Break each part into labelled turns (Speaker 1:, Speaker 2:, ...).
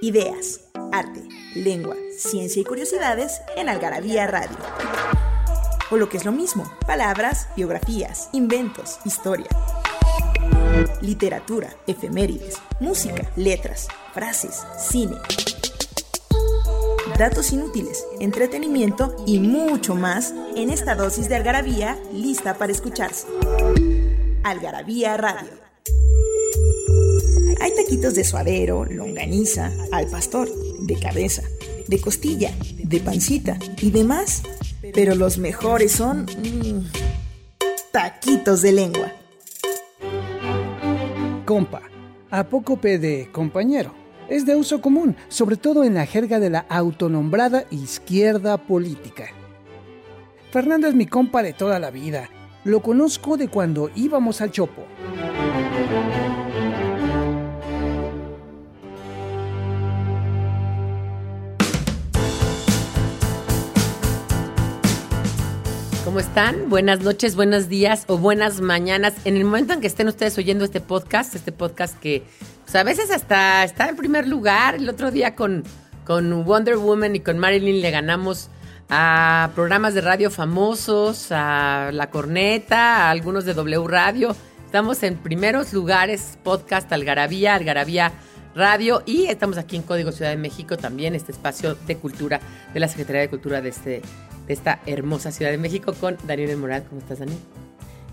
Speaker 1: Ideas, arte, lengua, ciencia y curiosidades en Algarabía Radio. O lo que es lo mismo, palabras, biografías, inventos, historia. Literatura, efemérides, música, letras, frases, cine. Datos inútiles, entretenimiento y mucho más en esta dosis de Algarabía lista para escucharse. Algarabía Radio. Hay taquitos de suadero, longaniza, al pastor, de cabeza, de costilla, de pancita y demás. Pero los mejores son mm, taquitos de lengua.
Speaker 2: Compa, apócope de compañero. Es de uso común, sobre todo en la jerga de la autonombrada izquierda política. Fernando es mi compa de toda la vida. Lo conozco de cuando íbamos al Chopo.
Speaker 3: ¿Cómo están? Buenas noches, buenos días o buenas mañanas. En el momento en que estén ustedes oyendo este podcast, este podcast que pues, a veces hasta está en primer lugar. El otro día con, con Wonder Woman y con Marilyn le ganamos a programas de radio famosos, a La Corneta, a algunos de W Radio. Estamos en primeros lugares, podcast Algarabía, Algarabía Radio y estamos aquí en Código Ciudad de México también, este espacio de cultura de la Secretaría de Cultura de este de esta hermosa Ciudad de México con Daniel Morán. ¿Cómo estás, Daniel?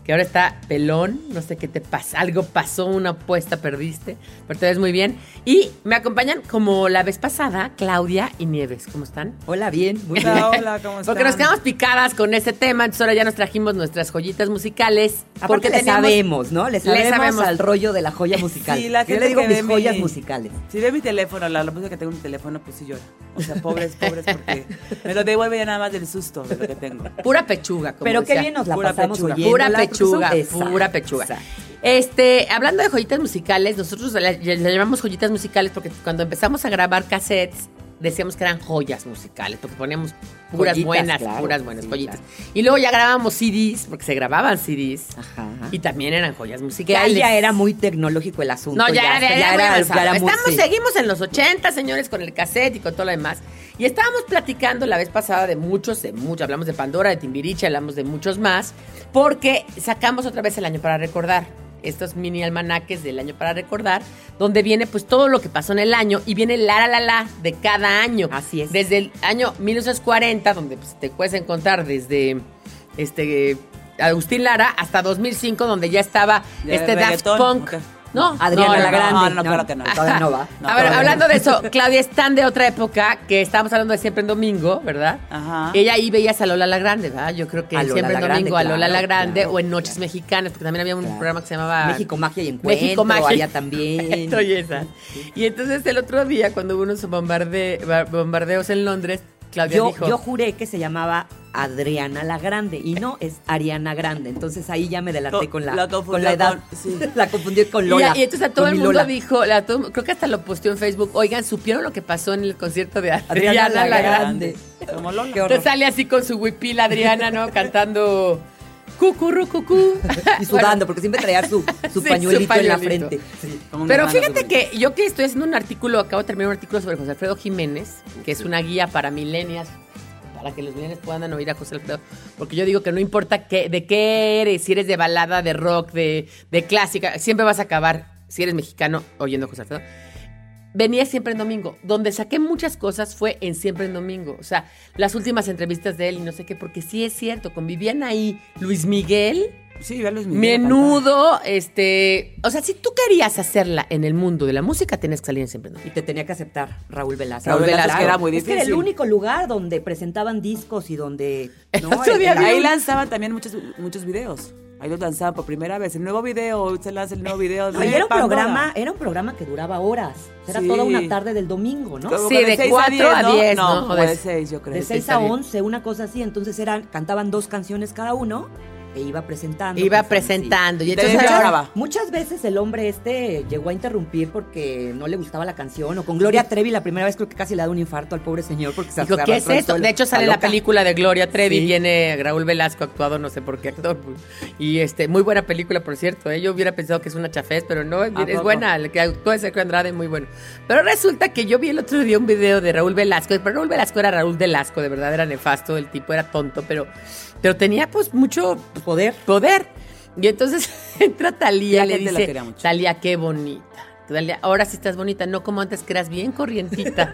Speaker 3: Que ahora está pelón, no sé qué te pasa, algo pasó, una apuesta perdiste, pero te ves muy bien. Y me acompañan como la vez pasada, Claudia y Nieves. ¿Cómo están?
Speaker 4: Hola, bien, muy bien.
Speaker 5: Hola, hola, ¿cómo están?
Speaker 3: Porque nos quedamos picadas con este tema, entonces ahora ya nos trajimos nuestras joyitas musicales.
Speaker 4: Porque
Speaker 3: porque
Speaker 4: le
Speaker 3: tenemos-
Speaker 4: sabemos, ¿no? Le sabemos,
Speaker 3: sabemos.
Speaker 4: al rollo de la joya musical.
Speaker 5: Sí, la
Speaker 4: Yo
Speaker 5: gente
Speaker 4: le digo
Speaker 5: que
Speaker 4: mis
Speaker 5: ve mi-
Speaker 4: joyas musicales.
Speaker 5: Si ve mi teléfono, la, la música que tengo en mi teléfono, pues sí llora. O sea, pobres, pobres, porque me lo devuelve ya nada más del susto de lo que tengo.
Speaker 3: Pura pechuga, como
Speaker 4: Pero qué
Speaker 3: decía.
Speaker 4: bien nos la
Speaker 5: pura
Speaker 4: pasamos
Speaker 5: pechuga.
Speaker 4: oyéndola,
Speaker 3: Pura
Speaker 4: porque son-
Speaker 3: pechuga,
Speaker 4: Exacto,
Speaker 3: pura pechuga.
Speaker 4: exacto.
Speaker 3: Este, hablando de joyitas musicales, nosotros la- le, le llamamos joyitas musicales porque cuando empezamos a grabar cassettes decíamos que eran joyas musicales, porque poníamos puras
Speaker 4: Joyitas,
Speaker 3: buenas,
Speaker 4: claro,
Speaker 3: puras buenas
Speaker 4: sí,
Speaker 3: joyitas. Y luego ya grabábamos CDs, porque se grababan CDs,
Speaker 4: Ajá.
Speaker 3: y también eran joyas
Speaker 4: Que
Speaker 3: musicales.
Speaker 4: ahí ya era muy tecnológico el asunto.
Speaker 3: No, ya, era,
Speaker 4: ya
Speaker 3: era muy
Speaker 4: era-
Speaker 3: avanzado.
Speaker 4: ya era muy-
Speaker 3: Estamos,
Speaker 4: sí.
Speaker 3: Seguimos en los 80, señores, con el cassette y con todo lo demás. Y estábamos platicando la vez pasada de muchos, de muchos. Hablamos de Pandora, de Timbiriche, hablamos de muchos más, porque sacamos otra vez el año para recordar. Estos mini almanaques del año para recordar, donde viene pues todo lo que pasó en el año y viene la la la la de cada año.
Speaker 4: Así es.
Speaker 3: Desde el año 1940, donde pues, te puedes encontrar desde este Agustín Lara hasta 2005, donde ya estaba
Speaker 5: Ya
Speaker 3: este
Speaker 5: era
Speaker 3: Daft
Speaker 5: reggaetón,
Speaker 3: Punk.
Speaker 5: ok.
Speaker 3: No,
Speaker 4: Adriana
Speaker 3: no, no,
Speaker 4: la
Speaker 3: no.
Speaker 4: Grande.
Speaker 5: no, no, claro que no.
Speaker 4: Todavía no va.
Speaker 5: No,
Speaker 3: A ver,
Speaker 4: Todavía no.
Speaker 3: hablando de eso, Claudia es tan de otra época que estábamos hablando de siempre en domingo, ¿verdad?
Speaker 5: Ajá.
Speaker 3: Ella ahí veías a Lola la Grande, ¿verdad? Yo creo que
Speaker 4: A Lola
Speaker 3: siempre en
Speaker 4: la Grande,
Speaker 3: domingo a Lola la
Speaker 4: claro,
Speaker 3: Grande
Speaker 4: claro,
Speaker 3: o en Noches Mexicanas, porque también había un
Speaker 4: Claro.
Speaker 3: programa que se llamaba
Speaker 4: México Magia y Encuentro.
Speaker 3: México Magia.
Speaker 4: Había también.
Speaker 3: Estoy esa. Y entonces el otro día, cuando hubo unos bombarde- ba- bombardeos en Londres, Claudia
Speaker 4: Yo,
Speaker 3: dijo.
Speaker 4: yo juré que se llamaba Adriana la Grande y no es Ariana Grande. Entonces ahí ya me delaté
Speaker 5: Co-
Speaker 4: con la,
Speaker 5: la
Speaker 4: con,
Speaker 5: confundió
Speaker 4: la edad.
Speaker 5: con- sí.
Speaker 4: La confundí con
Speaker 3: y-
Speaker 4: Lola.
Speaker 3: y, entonces a todo
Speaker 4: con
Speaker 3: el
Speaker 4: mi
Speaker 3: mundo
Speaker 4: Lola.
Speaker 3: dijo, la- todo- creo que hasta lo posteó en Facebook. Oigan, ¿supieron lo que pasó en el concierto de
Speaker 4: Adriana, la,
Speaker 3: la Grande?
Speaker 4: Grande.
Speaker 5: Como
Speaker 4: Qué
Speaker 5: Lola.
Speaker 4: horror.
Speaker 3: Entonces sale así con su huipil Adriana, ¿no? Cantando cucurru cucú.
Speaker 4: Y sudando, porque siempre traía su, su
Speaker 3: Sí,
Speaker 4: pañuelito en la
Speaker 3: pañuelito.
Speaker 4: frente.
Speaker 5: Como una
Speaker 3: Pero
Speaker 5: rana
Speaker 3: fíjate
Speaker 5: de
Speaker 3: que yo que estoy haciendo un artículo, acabo de terminar un artículo sobre José Alfredo Jiménez, que es una guía para milenias, para que los milenios puedan oír a José Alfredo. Porque yo digo que no importa qué, de qué eres, si eres de balada, de rock, de, de clásica, siempre vas a acabar, si eres mexicano, oyendo a José Alfredo. Venía siempre en domingo. Donde saqué muchas cosas fue en siempre en domingo. O sea, las últimas entrevistas de él y no sé qué, porque sí es cierto, convivían ahí Luis Miguel,
Speaker 5: Sí, ve a Luis Miguel,
Speaker 3: Menudo, este. O sea, si tú querías hacerla en el mundo de la música, tenías que salir en siempre. ¿no?
Speaker 4: Y te tenía que aceptar Raúl Velázquez.
Speaker 5: Raúl Velázquez
Speaker 4: Claro.
Speaker 5: era muy
Speaker 4: Es que era el
Speaker 5: difícil.
Speaker 4: único lugar donde presentaban discos y donde.
Speaker 3: El
Speaker 4: ¿no?
Speaker 3: otro día
Speaker 4: Era-
Speaker 5: cantaba.
Speaker 3: vi
Speaker 5: Ahí
Speaker 3: un-
Speaker 5: lanzaban también muchos, muchos videos. Ahí los lanzaban por primera vez. El nuevo video, hoy se lanza el nuevo video.
Speaker 4: No,
Speaker 5: de
Speaker 4: y era un
Speaker 5: Pandora.
Speaker 4: programa, era un programa que duraba horas. Era
Speaker 5: Sí.
Speaker 4: toda una tarde del domingo, ¿no?
Speaker 5: Como
Speaker 3: Sí,
Speaker 5: que
Speaker 3: de
Speaker 5: seis
Speaker 3: cuatro a diez, ¿no?
Speaker 5: No,
Speaker 3: O
Speaker 5: como de
Speaker 3: de-
Speaker 5: 6, yo creo.
Speaker 4: De
Speaker 3: Sí,
Speaker 4: 6
Speaker 3: está
Speaker 4: a
Speaker 3: bien.
Speaker 4: 11, una cosa así. Entonces eran, cantaban dos canciones cada uno e iba presentando.
Speaker 3: Iba
Speaker 4: pues, así.
Speaker 3: presentando. Y
Speaker 5: Te
Speaker 3: entonces
Speaker 5: decía,
Speaker 3: ahora,
Speaker 5: ahora va.
Speaker 4: Muchas veces el hombre este llegó a interrumpir porque no le gustaba la canción o con Gloria Trevi la primera vez creo que casi le da un infarto al pobre señor porque se
Speaker 3: digo,
Speaker 4: arrastró
Speaker 3: ¿qué es
Speaker 4: al
Speaker 3: esto?
Speaker 4: suelo.
Speaker 3: De hecho, sale
Speaker 4: Está
Speaker 3: la
Speaker 4: loca.
Speaker 3: película de Gloria Trevi.
Speaker 4: Sí.
Speaker 3: Viene Raúl Velasco actuado, no sé por qué actor. Y este, muy buena película, por cierto. ¿eh? Yo hubiera pensado que es una chafés, pero no, es,
Speaker 5: ¿A
Speaker 3: es
Speaker 5: poco?
Speaker 3: buena. El que actuó es Sergio Andrade, muy bueno. Pero resulta que yo vi el otro día un video de Raúl Velasco. Pero Raúl Velasco era Raúl Velasco, de verdad, era nefasto. El tipo era tonto, pero, pero tenía pues mucho
Speaker 4: Poder.
Speaker 3: poder. Y entonces entra Talía,
Speaker 5: La
Speaker 3: le
Speaker 5: gente la
Speaker 3: dice,
Speaker 5: quería mucho.
Speaker 3: Talía, qué bonita. Talía, ahora sí estás bonita, no como antes que eras bien corrientita.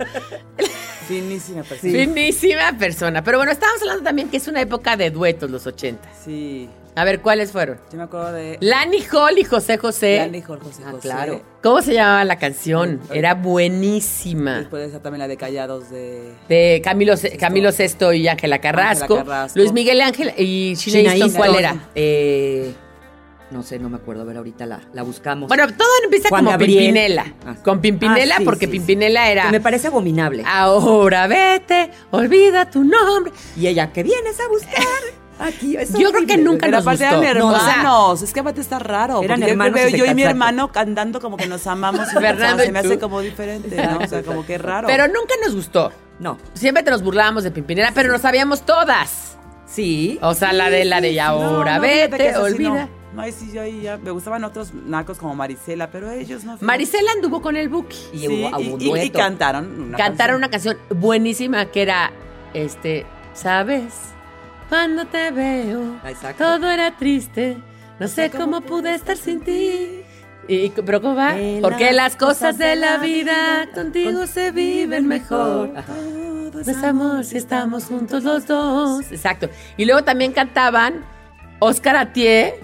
Speaker 5: Finísima persona.
Speaker 3: Finísima persona. Pero bueno, estábamos hablando también que es una época de duetos, los ochentas.
Speaker 5: Sí.
Speaker 3: A ver, ¿cuáles fueron?
Speaker 5: Yo me acuerdo de
Speaker 3: Lani Hall y José José.
Speaker 5: Lani Hall, José
Speaker 3: Ah,
Speaker 5: José.
Speaker 3: claro. ¿Cómo se llamaba la canción?
Speaker 4: pues.
Speaker 3: Era buenísima.
Speaker 5: Después de esa también la de Callados de...
Speaker 3: De Camilo, Ce- Camilo Sesto y Ángela Carrasco.
Speaker 5: Ángela Carrasco.
Speaker 3: Luis Miguel Ángel y Shina
Speaker 4: Shinaíston,
Speaker 3: Easton, ¿cuál era?
Speaker 4: Eh, no sé, no me acuerdo. A ver, ahorita la, la buscamos.
Speaker 3: Bueno, todo empieza
Speaker 4: Juan
Speaker 3: como
Speaker 4: Gabriel.
Speaker 3: Pimpinela.
Speaker 4: Ah.
Speaker 3: Con Pimpinela,
Speaker 4: Ah, sí,
Speaker 3: porque
Speaker 4: sí, sí.
Speaker 3: Pimpinela era. Ah.
Speaker 4: Que me parece abominable.
Speaker 3: Ahora vete, olvida tu nombre.
Speaker 4: Y ella, que vienes a buscar? Aquí, es
Speaker 3: Yo creo que
Speaker 4: horrible.
Speaker 3: nunca
Speaker 5: Pero
Speaker 3: nos
Speaker 5: aparte
Speaker 3: gustó.
Speaker 5: eran
Speaker 3: No, o
Speaker 5: hermanos.
Speaker 3: sea,
Speaker 5: es que aparte está raro.
Speaker 4: Eran
Speaker 5: porque yo
Speaker 4: hermanos
Speaker 5: veo
Speaker 4: y se
Speaker 5: yo y mi
Speaker 4: casaron.
Speaker 5: hermano andando como que nos amamos. Y
Speaker 3: Fernando y
Speaker 5: se me
Speaker 3: tú.
Speaker 5: hace como diferente, ¿no? O sea, como que raro.
Speaker 3: pero nunca nos gustó.
Speaker 4: No.
Speaker 3: Siempre te nos burlábamos de Pimpinela, pero nos sabíamos todas.
Speaker 4: Sí.
Speaker 3: O sea, la de la de y ahora
Speaker 5: fíjate que
Speaker 3: vete,
Speaker 5: eso sí,
Speaker 3: olvida.
Speaker 5: no. No, ahí sí, yo ahí ya. Me gustaban otros nacos como Marisela, pero ellos no. fíjate.
Speaker 3: Marisela anduvo con el Buki.
Speaker 4: Y
Speaker 5: Sí,
Speaker 4: hubo- hubo un
Speaker 5: y, y- y
Speaker 4: dueto.
Speaker 5: cantaron una
Speaker 3: Cantaron
Speaker 5: canción.
Speaker 3: una canción buenísima que era, este, ¿sabes? Cuando te veo,
Speaker 4: Exacto.
Speaker 3: todo era triste. No sé cómo pude estar sin ti. Y, pero ¿cómo va?
Speaker 4: Que
Speaker 3: Porque las
Speaker 4: las
Speaker 3: cosas
Speaker 4: cosas
Speaker 3: de la
Speaker 4: de la
Speaker 3: vida
Speaker 4: vida
Speaker 3: contigo
Speaker 4: con-
Speaker 3: se viven mejor.
Speaker 4: Ajá.
Speaker 3: No es amor si estamos juntos los dos. Exacto. Y luego también cantaban Oscar Atié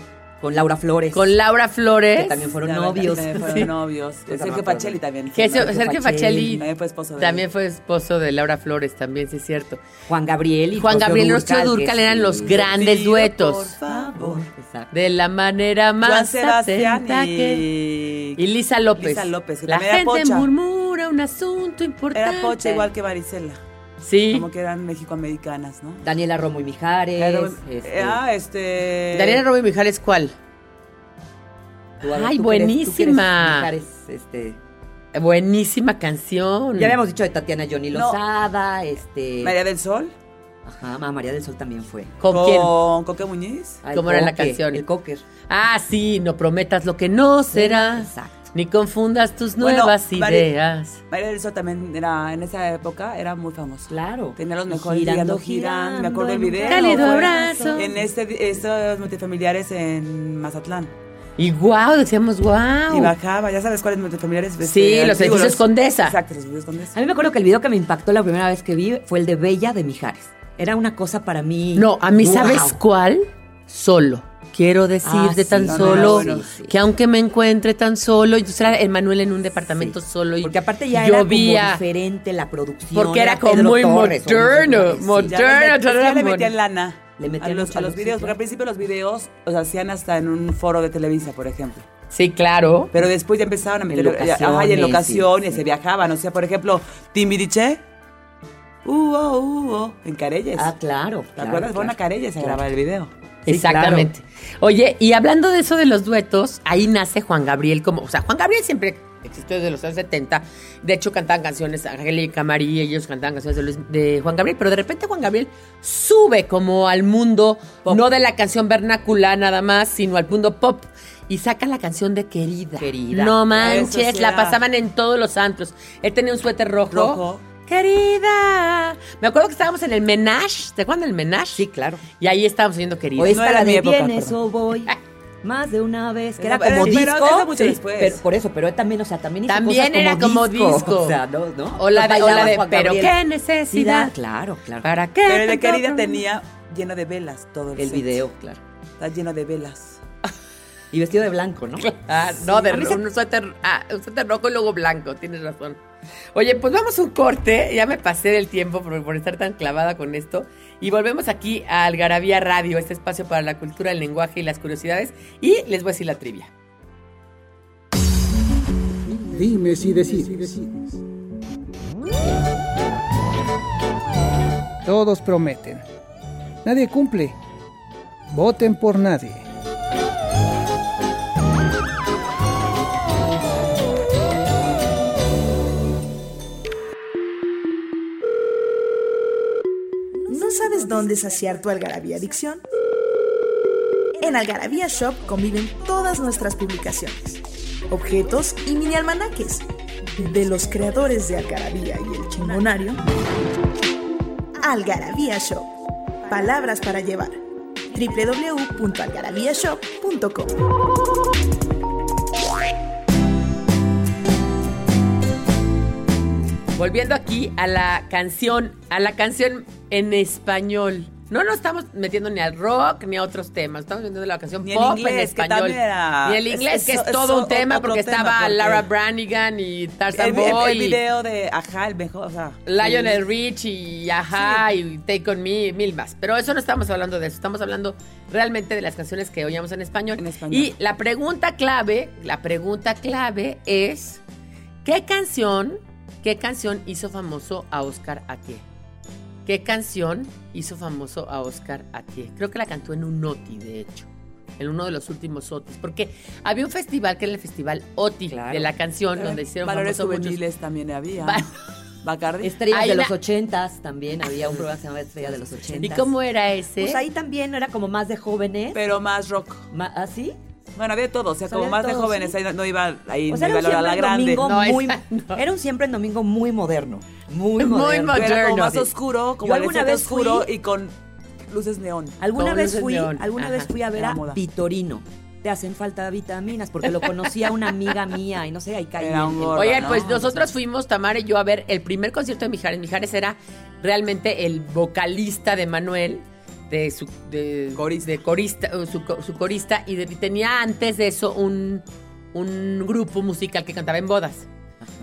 Speaker 4: Con Laura Flores.
Speaker 3: con Laura Flores.
Speaker 4: Que también fueron
Speaker 5: Ya,
Speaker 4: novios.
Speaker 5: también Fueron novios.
Speaker 4: Pues
Speaker 5: Sergio
Speaker 4: Rafa,
Speaker 5: Pacelli también.
Speaker 3: Que
Speaker 5: fue,
Speaker 3: Sergio-
Speaker 5: ¿no?
Speaker 3: Sergio Pacelli
Speaker 5: También fue esposo de
Speaker 3: también fue esposo de Laura Flores, también, sí es cierto.
Speaker 4: Juan Gabriel y
Speaker 3: Juan
Speaker 4: Rocío
Speaker 3: Gabriel y Rocío
Speaker 4: que
Speaker 3: Dúrcal
Speaker 4: sí.
Speaker 3: eran los grandes
Speaker 5: Pido,
Speaker 3: duetos.
Speaker 5: Por favor.
Speaker 4: Exacto.
Speaker 3: De la manera
Speaker 5: Juan
Speaker 3: más
Speaker 5: Sebastián
Speaker 3: atenta que-
Speaker 5: y...
Speaker 3: Y Lisa López.
Speaker 5: Lisa López, que
Speaker 3: la
Speaker 5: también era
Speaker 3: gente
Speaker 5: pocha.
Speaker 3: murmura un asunto importante.
Speaker 5: Era pocha igual que Marisela.
Speaker 3: Sí.
Speaker 5: Como que eran mexicoamericanas, ¿no?
Speaker 4: Daniela Romo y Mijares.
Speaker 5: Era-
Speaker 4: este,
Speaker 5: Ah, este...
Speaker 3: Daniela Robin Mijares, ¿cuál?
Speaker 4: tú, a ver,
Speaker 3: Ay,
Speaker 4: tú que eres- tú que eres
Speaker 3: buenísima.
Speaker 4: Mijares, este,
Speaker 3: Eh, Buenísima canción.
Speaker 4: ya habíamos dicho de Tatiana Johnny
Speaker 5: No.
Speaker 4: Lozada, este.
Speaker 5: María del Sol.
Speaker 4: Ajá, ma, María del Sol también fue.
Speaker 3: ¿Con quién?
Speaker 5: Con Coque Muñiz.
Speaker 4: Ah, el
Speaker 3: ¿Cómo era la
Speaker 4: cocker,
Speaker 3: canción?
Speaker 4: El cocker.
Speaker 3: Ah, sí, no prometas lo que no será.
Speaker 4: Exacto.
Speaker 3: Ni confundas tus
Speaker 5: Bueno,
Speaker 3: nuevas
Speaker 5: Mari-
Speaker 3: ideas.
Speaker 5: María del Sol también era, en esa época, era muy famosa.
Speaker 4: Claro.
Speaker 5: Tenía los mejores
Speaker 4: Girando,
Speaker 5: girando, girando, me acuerdo del
Speaker 4: girando en
Speaker 5: video.
Speaker 4: un
Speaker 3: Cálido
Speaker 5: fue
Speaker 3: abrazo.
Speaker 5: En este, estos multifamiliares en Mazatlán.
Speaker 3: Y wow, decíamos wow.
Speaker 5: Y bajaba, ya sabes cuáles multifamiliares. este,
Speaker 3: Sí, los
Speaker 5: antiguos.
Speaker 3: edificios Condesa.
Speaker 5: Exacto, los edificios Condesa.
Speaker 4: A mí me acuerdo que el video que me impactó la primera vez que vi fue el de Bella de Mijares. Era una cosa para mí.
Speaker 3: No, a mí,
Speaker 4: wow. Ah,
Speaker 3: ¿sabes cuál? Solo. Quiero decirte
Speaker 4: sí,
Speaker 3: tan
Speaker 5: no, no,
Speaker 3: solo
Speaker 5: no, no,
Speaker 4: sí, sí.
Speaker 3: que aunque me encuentre tan solo, y tú serás Emanuel en un departamento solo y
Speaker 4: Porque aparte ya era como
Speaker 3: llovía.
Speaker 4: diferente la producción.
Speaker 3: Porque era como
Speaker 4: Pedro
Speaker 3: muy
Speaker 4: Torres, o no sé
Speaker 3: moderno,
Speaker 4: cómo decir.
Speaker 3: mod-
Speaker 5: Ya
Speaker 3: Turn,
Speaker 5: le, met-
Speaker 3: turn,
Speaker 5: ya le
Speaker 3: turn.
Speaker 5: metían lana
Speaker 4: Le metían
Speaker 5: a los,
Speaker 4: mucho,
Speaker 5: a los
Speaker 4: sí,
Speaker 5: videos, porque
Speaker 4: claro.
Speaker 5: al principio los videos los hacían hasta en un foro de Televisa, por ejemplo.
Speaker 3: sí, claro.
Speaker 5: Pero después ya empezaron a meter
Speaker 4: locaciones,
Speaker 5: ajá, y en
Speaker 4: sí,
Speaker 5: locaciones,
Speaker 4: sí.
Speaker 5: se viajaban. O sea, por ejemplo, Timbiriche, hubo, hubo, en Carelles.
Speaker 4: Ah, claro.
Speaker 5: ¿Te acuerdas? Fueron a Carelles a grabar el video.
Speaker 4: Sí,
Speaker 3: Exactamente. Oye, y hablando de eso de los duetos, ahí nace Juan Gabriel como, o sea, Juan Gabriel siempre existió desde los años 70. De hecho, cantaban canciones Angélica María, ellos cantaban canciones de, Luis- de Juan Gabriel, pero de repente Juan Gabriel sube como al mundo, no de la canción vernácula nada más, sino al mundo pop. Y saca la canción de Querida.
Speaker 4: Querida.
Speaker 3: No
Speaker 5: Eso
Speaker 3: manches,
Speaker 5: sí
Speaker 3: la
Speaker 5: era.
Speaker 3: pasaban en todos los antros. Él tenía un suéter rojo.
Speaker 5: Rojo.
Speaker 3: Querida. Me acuerdo que estábamos en el Menage. ¿Te acuerdas del Menage?
Speaker 4: Sí, claro.
Speaker 3: Y ahí estábamos oyendo Querida.
Speaker 4: O esta
Speaker 5: era
Speaker 4: la
Speaker 5: mi
Speaker 4: de
Speaker 5: época,
Speaker 4: vienes
Speaker 5: perdón.
Speaker 4: o voy más de una vez, que
Speaker 5: Era-
Speaker 4: era como
Speaker 5: era- pero
Speaker 4: disco.
Speaker 5: era mucho después.
Speaker 4: pero por eso, pero también, o sea, también hizo
Speaker 3: También
Speaker 4: cosas
Speaker 3: era como disco.
Speaker 4: O sea, no, no.
Speaker 3: O la
Speaker 4: Los
Speaker 3: de, o la
Speaker 4: bailaba
Speaker 3: de,
Speaker 4: Juan
Speaker 3: pero
Speaker 4: Gabriel.
Speaker 3: qué necesidad.
Speaker 4: Claro, claro.
Speaker 3: ¿Para qué?
Speaker 5: Pero el de
Speaker 3: tanto
Speaker 5: Querida
Speaker 3: problema?
Speaker 5: tenía lleno de velas todo el
Speaker 4: el
Speaker 5: set.
Speaker 4: video, claro.
Speaker 5: Está lleno de velas.
Speaker 4: Y vestido de blanco, ¿no?
Speaker 3: Ah, no, de
Speaker 4: A mí se-
Speaker 3: un suéter, ah, un suéter rojo y luego blanco, tienes razón. Oye, pues vamos a un corte, ya me pasé del tiempo por, por estar tan clavada con esto. Y volvemos aquí a Algarabía Radio, este espacio para la cultura, el lenguaje y las curiosidades. Y les voy a decir la trivia.
Speaker 2: Dime si decides. Todos prometen. Nadie cumple. Voten por nadie.
Speaker 1: ¿No sabes dónde saciar tu algarabía adicción? En Algarabía Shop conviven todas nuestras publicaciones, objetos y mini almanaques de los creadores de Algarabía y el Chingonario. Algarabía Shop. Palabras para llevar. www.algarabíashop.com
Speaker 3: Volviendo aquí a la canción, a la canción en español. No nos estamos metiendo ni al rock ni a otros temas. Estamos metiendo la canción
Speaker 5: Ni en
Speaker 3: pop en
Speaker 5: inglés, que
Speaker 3: español.
Speaker 5: también era-
Speaker 3: Ni el inglés,
Speaker 5: es-
Speaker 3: que es
Speaker 5: es-
Speaker 3: todo
Speaker 5: es
Speaker 3: un tema
Speaker 5: otro
Speaker 3: porque
Speaker 5: tema,
Speaker 3: estaba
Speaker 5: porque-
Speaker 3: Lara Branigan y
Speaker 4: Pues
Speaker 3: Tarzan
Speaker 5: El, el- el
Speaker 3: Boy. y
Speaker 5: video de, ajá, el mejor, o sea.
Speaker 3: Lionel Rich y Ajá y Take On Me y mil más. Pero eso no estamos hablando de eso. Estamos hablando realmente de las canciones que oíamos en español.
Speaker 5: En español.
Speaker 3: Y la pregunta clave, la pregunta clave es ¿qué canción, qué canción hizo famoso a Oscar Atié? ¿Qué canción hizo famoso a Oscar Atié? Creo que la cantó en un Oti, de hecho. En uno de los últimos Otis. Porque había un festival que era el Festival Oti
Speaker 4: Claro.
Speaker 3: de la canción, donde hicieron
Speaker 5: Valores
Speaker 3: famoso muchos-
Speaker 5: juveniles también había.
Speaker 3: Va-
Speaker 5: Bacardi.
Speaker 4: Estrellas
Speaker 3: Hay
Speaker 4: de
Speaker 3: una-
Speaker 4: los ochentas también. Había un programa que se llamaba Estrellas de los
Speaker 3: ¿Y
Speaker 4: ochentas.
Speaker 3: cómo era ese?
Speaker 4: Pues ahí también era como más de jóvenes.
Speaker 5: Pero más rock.
Speaker 4: ma- ¿ah, ¿Así?
Speaker 5: Bueno, había de todo, o sea,
Speaker 4: O sea,
Speaker 5: como
Speaker 4: había
Speaker 5: más
Speaker 4: de
Speaker 5: de
Speaker 4: todo,
Speaker 5: jóvenes,
Speaker 4: sí.
Speaker 5: ahí no, no iba, ahí
Speaker 4: O sea,
Speaker 5: no
Speaker 4: era
Speaker 5: iba
Speaker 4: un siempre
Speaker 5: Lola la
Speaker 4: en
Speaker 5: grande.
Speaker 4: domingo
Speaker 3: No,
Speaker 4: muy...
Speaker 3: esa no.
Speaker 4: Era un siempre en domingo muy moderno. Muy
Speaker 3: Muy
Speaker 4: moderno.
Speaker 5: Pero era como
Speaker 3: Moderno,
Speaker 5: más
Speaker 3: sí.
Speaker 5: oscuro, como
Speaker 4: Yo
Speaker 5: el
Speaker 4: alguna
Speaker 5: efecto
Speaker 4: vez fui-
Speaker 5: oscuro y con luces neón.
Speaker 4: Alguna
Speaker 3: Con
Speaker 4: vez
Speaker 3: luces
Speaker 4: fui,
Speaker 3: neón.
Speaker 4: alguna
Speaker 3: Ajá,
Speaker 4: vez fui a ver
Speaker 5: era
Speaker 4: a
Speaker 5: moda.
Speaker 4: Vitorino. Te hacen falta vitaminas porque lo conocía una amiga mía y no sé, ahí caí.
Speaker 5: Era un
Speaker 4: en- en-
Speaker 5: gordo.
Speaker 3: Oigan,
Speaker 5: ¿no?
Speaker 3: pues nosotros fuimos, Tamara y yo, a ver el primer concierto de Mijares. Mijares era realmente el vocalista de Manuel, de su de,
Speaker 5: Corista.
Speaker 3: de corista, eh, su, co- su corista, y de- tenía antes de eso un, un grupo musical que cantaba en bodas,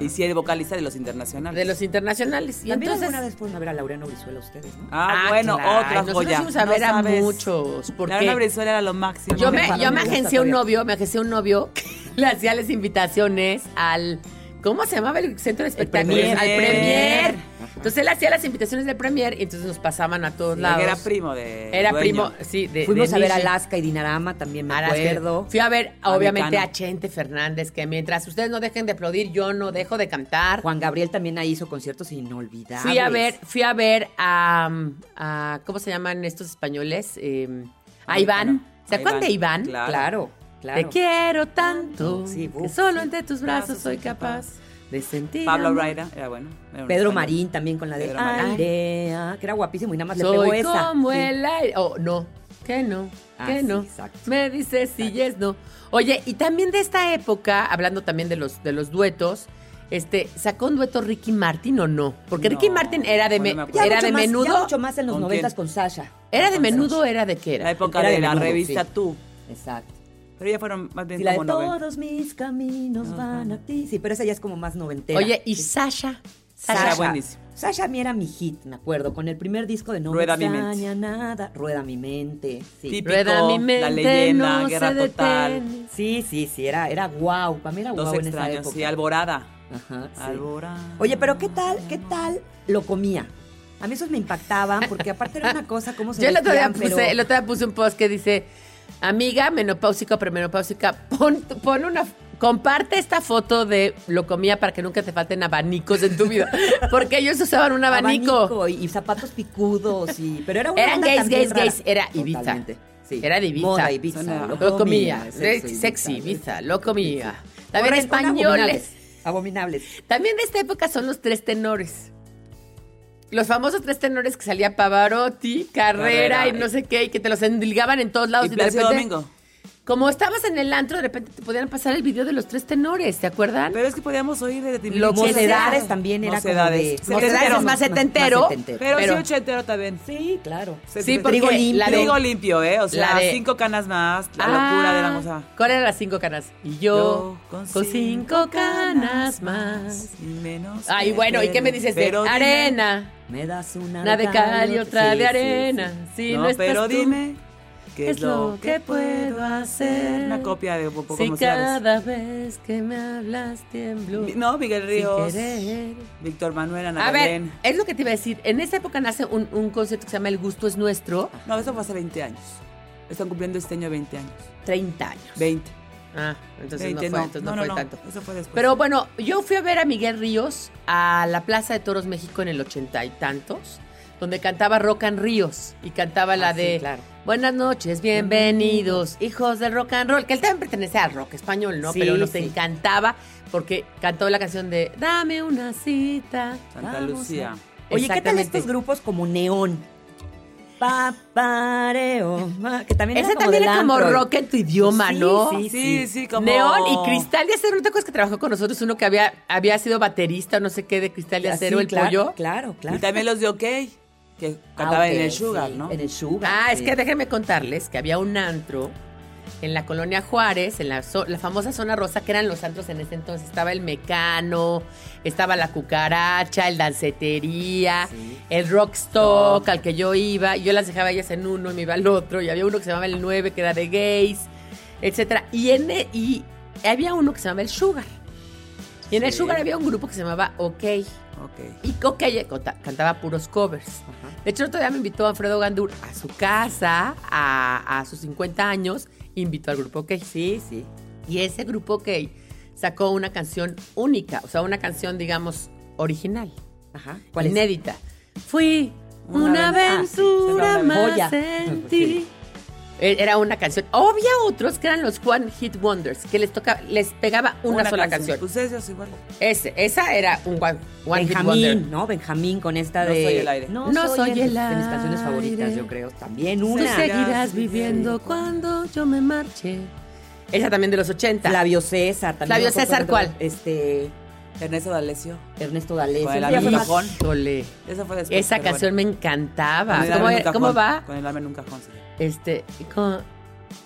Speaker 5: Y sí, el vocalista de los internacionales.
Speaker 3: de los internacionales. Y
Speaker 4: También
Speaker 3: entonces...
Speaker 4: alguna vez fueron a ver a Laureano Brizuela ustedes, ¿no?
Speaker 5: Ah, bueno,
Speaker 3: claro,
Speaker 5: otra
Speaker 3: nosotros
Speaker 5: joya.
Speaker 3: fuimos a
Speaker 5: No
Speaker 3: ver a
Speaker 5: sabes.
Speaker 3: muchos, porque...
Speaker 5: La Ana Brizuela era lo máximo.
Speaker 3: Yo me,
Speaker 4: Ojalá
Speaker 3: yo
Speaker 4: me
Speaker 3: me
Speaker 4: gusta
Speaker 3: agencié un
Speaker 4: todavía.
Speaker 3: novio, me agencié un novio que le hacía las invitaciones al. ¿Cómo se llamaba el centro de espectáculos?
Speaker 5: Premier.
Speaker 3: Al Premier. Entonces él hacía las invitaciones del Premier y entonces nos pasaban a todos lados.
Speaker 5: Porque era primo de.
Speaker 3: Era
Speaker 5: dueño.
Speaker 3: primo, sí. de-
Speaker 4: Fuimos
Speaker 3: de
Speaker 4: a ver a
Speaker 3: Michi.
Speaker 4: Alaska y Dinarama, también me
Speaker 3: Ahora sí,
Speaker 4: acuerdo.
Speaker 3: Fui a ver,
Speaker 5: A
Speaker 3: obviamente,
Speaker 5: Mecano.
Speaker 3: a Chente Fernández, que mientras ustedes no dejen de aplaudir, yo no dejo de cantar.
Speaker 4: Juan Gabriel también ahí hizo conciertos inolvidables.
Speaker 3: Fui a ver, fui a ver a, mm, a- ¿cómo se llaman estos españoles? Eh, a Iván. ¿Se
Speaker 5: A
Speaker 3: acuerdan de Iván?
Speaker 5: Claro.
Speaker 4: Claro, claro.
Speaker 3: Te quiero tanto
Speaker 4: Sí,
Speaker 3: que
Speaker 4: uf,
Speaker 3: solo
Speaker 4: sí.
Speaker 3: entre tus brazos soy capaz de sentir.
Speaker 5: Pablo
Speaker 3: amor.
Speaker 5: Raida era bueno. era un
Speaker 4: Pedro
Speaker 5: español.
Speaker 4: Marín también con la de
Speaker 5: Pedro Marín.
Speaker 4: Airea, que era guapísimo y nada más le pegó
Speaker 3: Soy
Speaker 4: esa.
Speaker 3: como
Speaker 4: Sí.
Speaker 3: el aire. Oh, no, que no,
Speaker 4: Ah,
Speaker 3: que
Speaker 4: sí,
Speaker 3: no.
Speaker 4: exacto.
Speaker 3: Me dices si yes, no. Oye, y también de esta época, hablando también de los, de los duetos, este, ¿sacó un dueto Ricky Martin o no? Porque Ricky
Speaker 5: No,
Speaker 3: Martin era de, me-
Speaker 5: bueno, me acuerdo.
Speaker 3: era
Speaker 4: Ya mucho
Speaker 3: de
Speaker 4: más- Ya
Speaker 3: menudo.
Speaker 4: mucho más en los
Speaker 5: ¿Con
Speaker 4: noventas
Speaker 5: quién?
Speaker 4: con Sasha.
Speaker 3: ¿Era de menudo era de qué
Speaker 5: La
Speaker 3: era?
Speaker 5: época
Speaker 4: Era
Speaker 5: de,
Speaker 4: de
Speaker 5: la
Speaker 4: menudo,
Speaker 5: revista
Speaker 4: sí.
Speaker 5: Tú.
Speaker 4: Exacto.
Speaker 5: Pero ya fueron más bien
Speaker 4: Y la de
Speaker 5: como noven.
Speaker 4: todos mis caminos van a ti. Sí, pero esa ya es como más noventera.
Speaker 3: Oye, y
Speaker 4: Sí.
Speaker 3: Sasha.
Speaker 5: Sasha,
Speaker 3: Sasha.
Speaker 5: buenísimo.
Speaker 4: Sasha a mí era mi hit, me acuerdo, con el primer disco de No
Speaker 5: Rueda mi
Speaker 4: me
Speaker 5: mente.
Speaker 4: extraña nada. Rueda mi mente. Sí.
Speaker 5: Típico,
Speaker 3: Rueda mi mente,
Speaker 5: la leyenda,
Speaker 3: no
Speaker 5: guerra
Speaker 3: se
Speaker 5: total.
Speaker 3: detiene.
Speaker 4: Sí, sí, sí, era, era guau. Para mí era
Speaker 5: Dos
Speaker 4: guau en esa
Speaker 5: extraños.
Speaker 4: época.
Speaker 5: Sí, Alborada.
Speaker 3: Ah,
Speaker 4: Ajá, sí.
Speaker 5: Alborada.
Speaker 4: Oye, pero ¿qué tal, qué tal lo comía? A mí esos me impactaban porque aparte era una cosa como se
Speaker 3: Yo el otro, día
Speaker 4: vestían,
Speaker 3: puse,
Speaker 4: pero-
Speaker 3: el otro día puse un post que dice, amiga menopáusica, premenopáusica, pon, pon una... Comparte esta foto de lo comía para que nunca te falten abanicos en tu vida. Porque ellos usaban un abanico.
Speaker 4: y, y zapatos picudos y pero era una
Speaker 3: Eran
Speaker 4: onda
Speaker 3: gays,
Speaker 4: también
Speaker 3: gays,
Speaker 4: rara.
Speaker 3: gays, era Ibiza.
Speaker 4: Totalmente, sí.
Speaker 3: Era de Ibiza.
Speaker 4: Moda Ibiza,
Speaker 5: Sonaba-
Speaker 3: Lo comía.
Speaker 4: sexo,
Speaker 3: Sexy, sexy,
Speaker 4: Ibiza.
Speaker 3: biza, lo comía. También
Speaker 4: Correcto,
Speaker 3: españoles.
Speaker 4: Abominables. abominables.
Speaker 3: También de esta época son los tres tenores. Los famosos tres tenores que salía Pavarotti, Carrera,
Speaker 5: Carrera,
Speaker 3: y no sé qué, y que te los endilgaban en todos lados.
Speaker 5: Y
Speaker 3: de
Speaker 5: Plácido
Speaker 3: repente-
Speaker 5: Domingo.
Speaker 3: Como estabas en el antro, de repente te podían pasar el video de los tres tenores, ¿se acuerdan?
Speaker 5: Pero es que podíamos oír de Timbiriche.
Speaker 3: Lo que
Speaker 4: Mocedades también era
Speaker 5: Mocedades.
Speaker 4: como de...
Speaker 5: Mocedades es
Speaker 3: más setentero.
Speaker 5: Pero,
Speaker 3: Pero-
Speaker 5: sí, ochentero también.
Speaker 4: Sí, claro.
Speaker 3: Sí, porque
Speaker 5: trigo limpio.
Speaker 3: la de-
Speaker 5: Trigo limpio, ¿eh? O sea,
Speaker 3: la de-
Speaker 5: cinco canas más. La
Speaker 3: Ah,
Speaker 5: locura de la cosa.
Speaker 3: ¿Cuál eran las cinco canas? Y yo, con, cinco canas más.
Speaker 5: Y menos.
Speaker 3: Ay, bueno, ¿y qué me dices de
Speaker 5: Pero dime-
Speaker 3: arena?
Speaker 4: Me das una
Speaker 3: Una de cal y otra
Speaker 4: Sí,
Speaker 3: de
Speaker 4: sí,
Speaker 3: arena.
Speaker 4: sí.
Speaker 3: Si
Speaker 5: no,
Speaker 3: no, estás
Speaker 5: pero
Speaker 3: tú,
Speaker 5: dime. ¿Qué es lo que puedo hacer? Una copia de Popo
Speaker 3: Si
Speaker 5: Mocedades.
Speaker 3: cada vez que me hablas tiemblo.
Speaker 5: Mi- No, Miguel
Speaker 3: sin
Speaker 5: Ríos.
Speaker 3: querer.
Speaker 5: Víctor Manuel, Ana
Speaker 3: A ver,
Speaker 5: Belén.
Speaker 3: es lo que te iba a decir. En esa época nace un, un concepto que se llama El gusto es nuestro.
Speaker 5: No, eso fue hace 20 años. Están cumpliendo este año 20 años.
Speaker 3: 30 años.
Speaker 5: 20.
Speaker 3: Ah, entonces
Speaker 5: 20,
Speaker 3: no fue, entonces no, fue tanto.
Speaker 5: Eso fue después.
Speaker 3: Pero bueno, yo fui a ver a Miguel Ríos a la Plaza de Toros México en el ochenta y tantos, donde cantaba Rock and Ríos y cantaba la
Speaker 4: Ah, sí,
Speaker 3: de
Speaker 4: claro.
Speaker 3: Buenas noches, bienvenidos, hijos del rock and roll, que él también pertenece al rock español, ¿no?
Speaker 4: Sí,
Speaker 3: Pero nos
Speaker 4: sí.
Speaker 3: encantaba porque cantó la canción de Dame una cita.
Speaker 5: Santa
Speaker 4: Ah,
Speaker 3: vamos
Speaker 5: Lucía.
Speaker 3: a-".
Speaker 4: Oye, ¿qué tal
Speaker 3: Exactamente.
Speaker 4: estos grupos como Neón? Papareo. ah, Que también
Speaker 3: Ese
Speaker 4: era como
Speaker 3: también
Speaker 4: del
Speaker 3: es como
Speaker 4: antro.
Speaker 3: rock en tu idioma,
Speaker 4: Sí,
Speaker 3: ¿no?
Speaker 5: Sí, sí, como...
Speaker 3: Neón y Cristal de Acero, ¿no te acuerdas que trabajó con nosotros uno que había, había sido baterista, no sé qué, de Cristal de
Speaker 4: Ah, sí,
Speaker 3: Acero, el
Speaker 4: claro,
Speaker 3: pollo?
Speaker 4: Claro, claro.
Speaker 5: Y también los de OK, que
Speaker 4: Ah,
Speaker 5: cantaba
Speaker 4: ok,
Speaker 5: en el Sugar,
Speaker 4: sí,
Speaker 5: ¿no?
Speaker 4: En el Sugar.
Speaker 3: Ah, es
Speaker 4: sí.
Speaker 3: que déjenme contarles que había un antro en la colonia Juárez, en la, zo- la famosa zona rosa, que eran los antros en ese entonces. Estaba el Mecano, estaba la Cucaracha, el Dancetería, el Rockstock, al que yo iba. Yo las dejaba ellas en uno y me iba al otro. Y había uno que se llamaba el 9, que era de gays, etcétera. Y, en e- y había uno que se llamaba el Sugar. Y en el
Speaker 5: Sí.
Speaker 3: Sugar había un grupo que se llamaba OK.
Speaker 5: Ok.
Speaker 3: Y Coquelle canta- cantaba puros covers. De hecho, el otro día me invitó Alfredo Gandur a su casa, a, a sus 50 años, e invitó al grupo Key. Sí, sí. Y ese grupo Key sacó una canción única, o sea, una canción, digamos, original,
Speaker 4: Ajá. ¿Cuál es?
Speaker 3: inédita. Fui
Speaker 5: Una
Speaker 3: una
Speaker 5: ven- ah, sí,
Speaker 3: aventura
Speaker 5: se llama
Speaker 3: más
Speaker 4: Joya.
Speaker 3: en
Speaker 4: Sí.
Speaker 3: ti. Eh, Era una canción. Había otros que eran los One Hit Wonders, que les tocaba, les pegaba una, sola canción.
Speaker 5: Pues ellos igual.
Speaker 3: Ese, esa era un One, one Hit Wonder.
Speaker 4: Benjamín, ¿no? Benjamín con esta
Speaker 5: No
Speaker 4: de.
Speaker 5: soy el aire.
Speaker 3: No soy el
Speaker 4: De mis canciones
Speaker 3: aire.
Speaker 4: favoritas, yo creo. También
Speaker 3: Tú
Speaker 4: una.
Speaker 3: seguirás viviendo cuando yo me marche. Esa también de los 80.
Speaker 4: Flavio César también.
Speaker 3: Flavio
Speaker 4: me acuerdo
Speaker 3: César,
Speaker 4: de-
Speaker 3: ¿cuál?
Speaker 4: Este.
Speaker 5: Ernesto D'Alessio.
Speaker 4: Ernesto D'Alessio.
Speaker 5: Con el
Speaker 4: Ya fue
Speaker 5: amigo
Speaker 4: más-
Speaker 5: Juan.
Speaker 3: Híjole,
Speaker 5: Esa fue después.
Speaker 3: Esa
Speaker 5: pero
Speaker 3: canción
Speaker 5: bueno.
Speaker 3: me encantaba.
Speaker 5: Con el
Speaker 3: ¿Cómo,
Speaker 5: alma en
Speaker 3: era-
Speaker 5: un cajón,
Speaker 3: cómo va?
Speaker 5: Con el alma en un cajón. sí.
Speaker 3: Este, ¿cómo?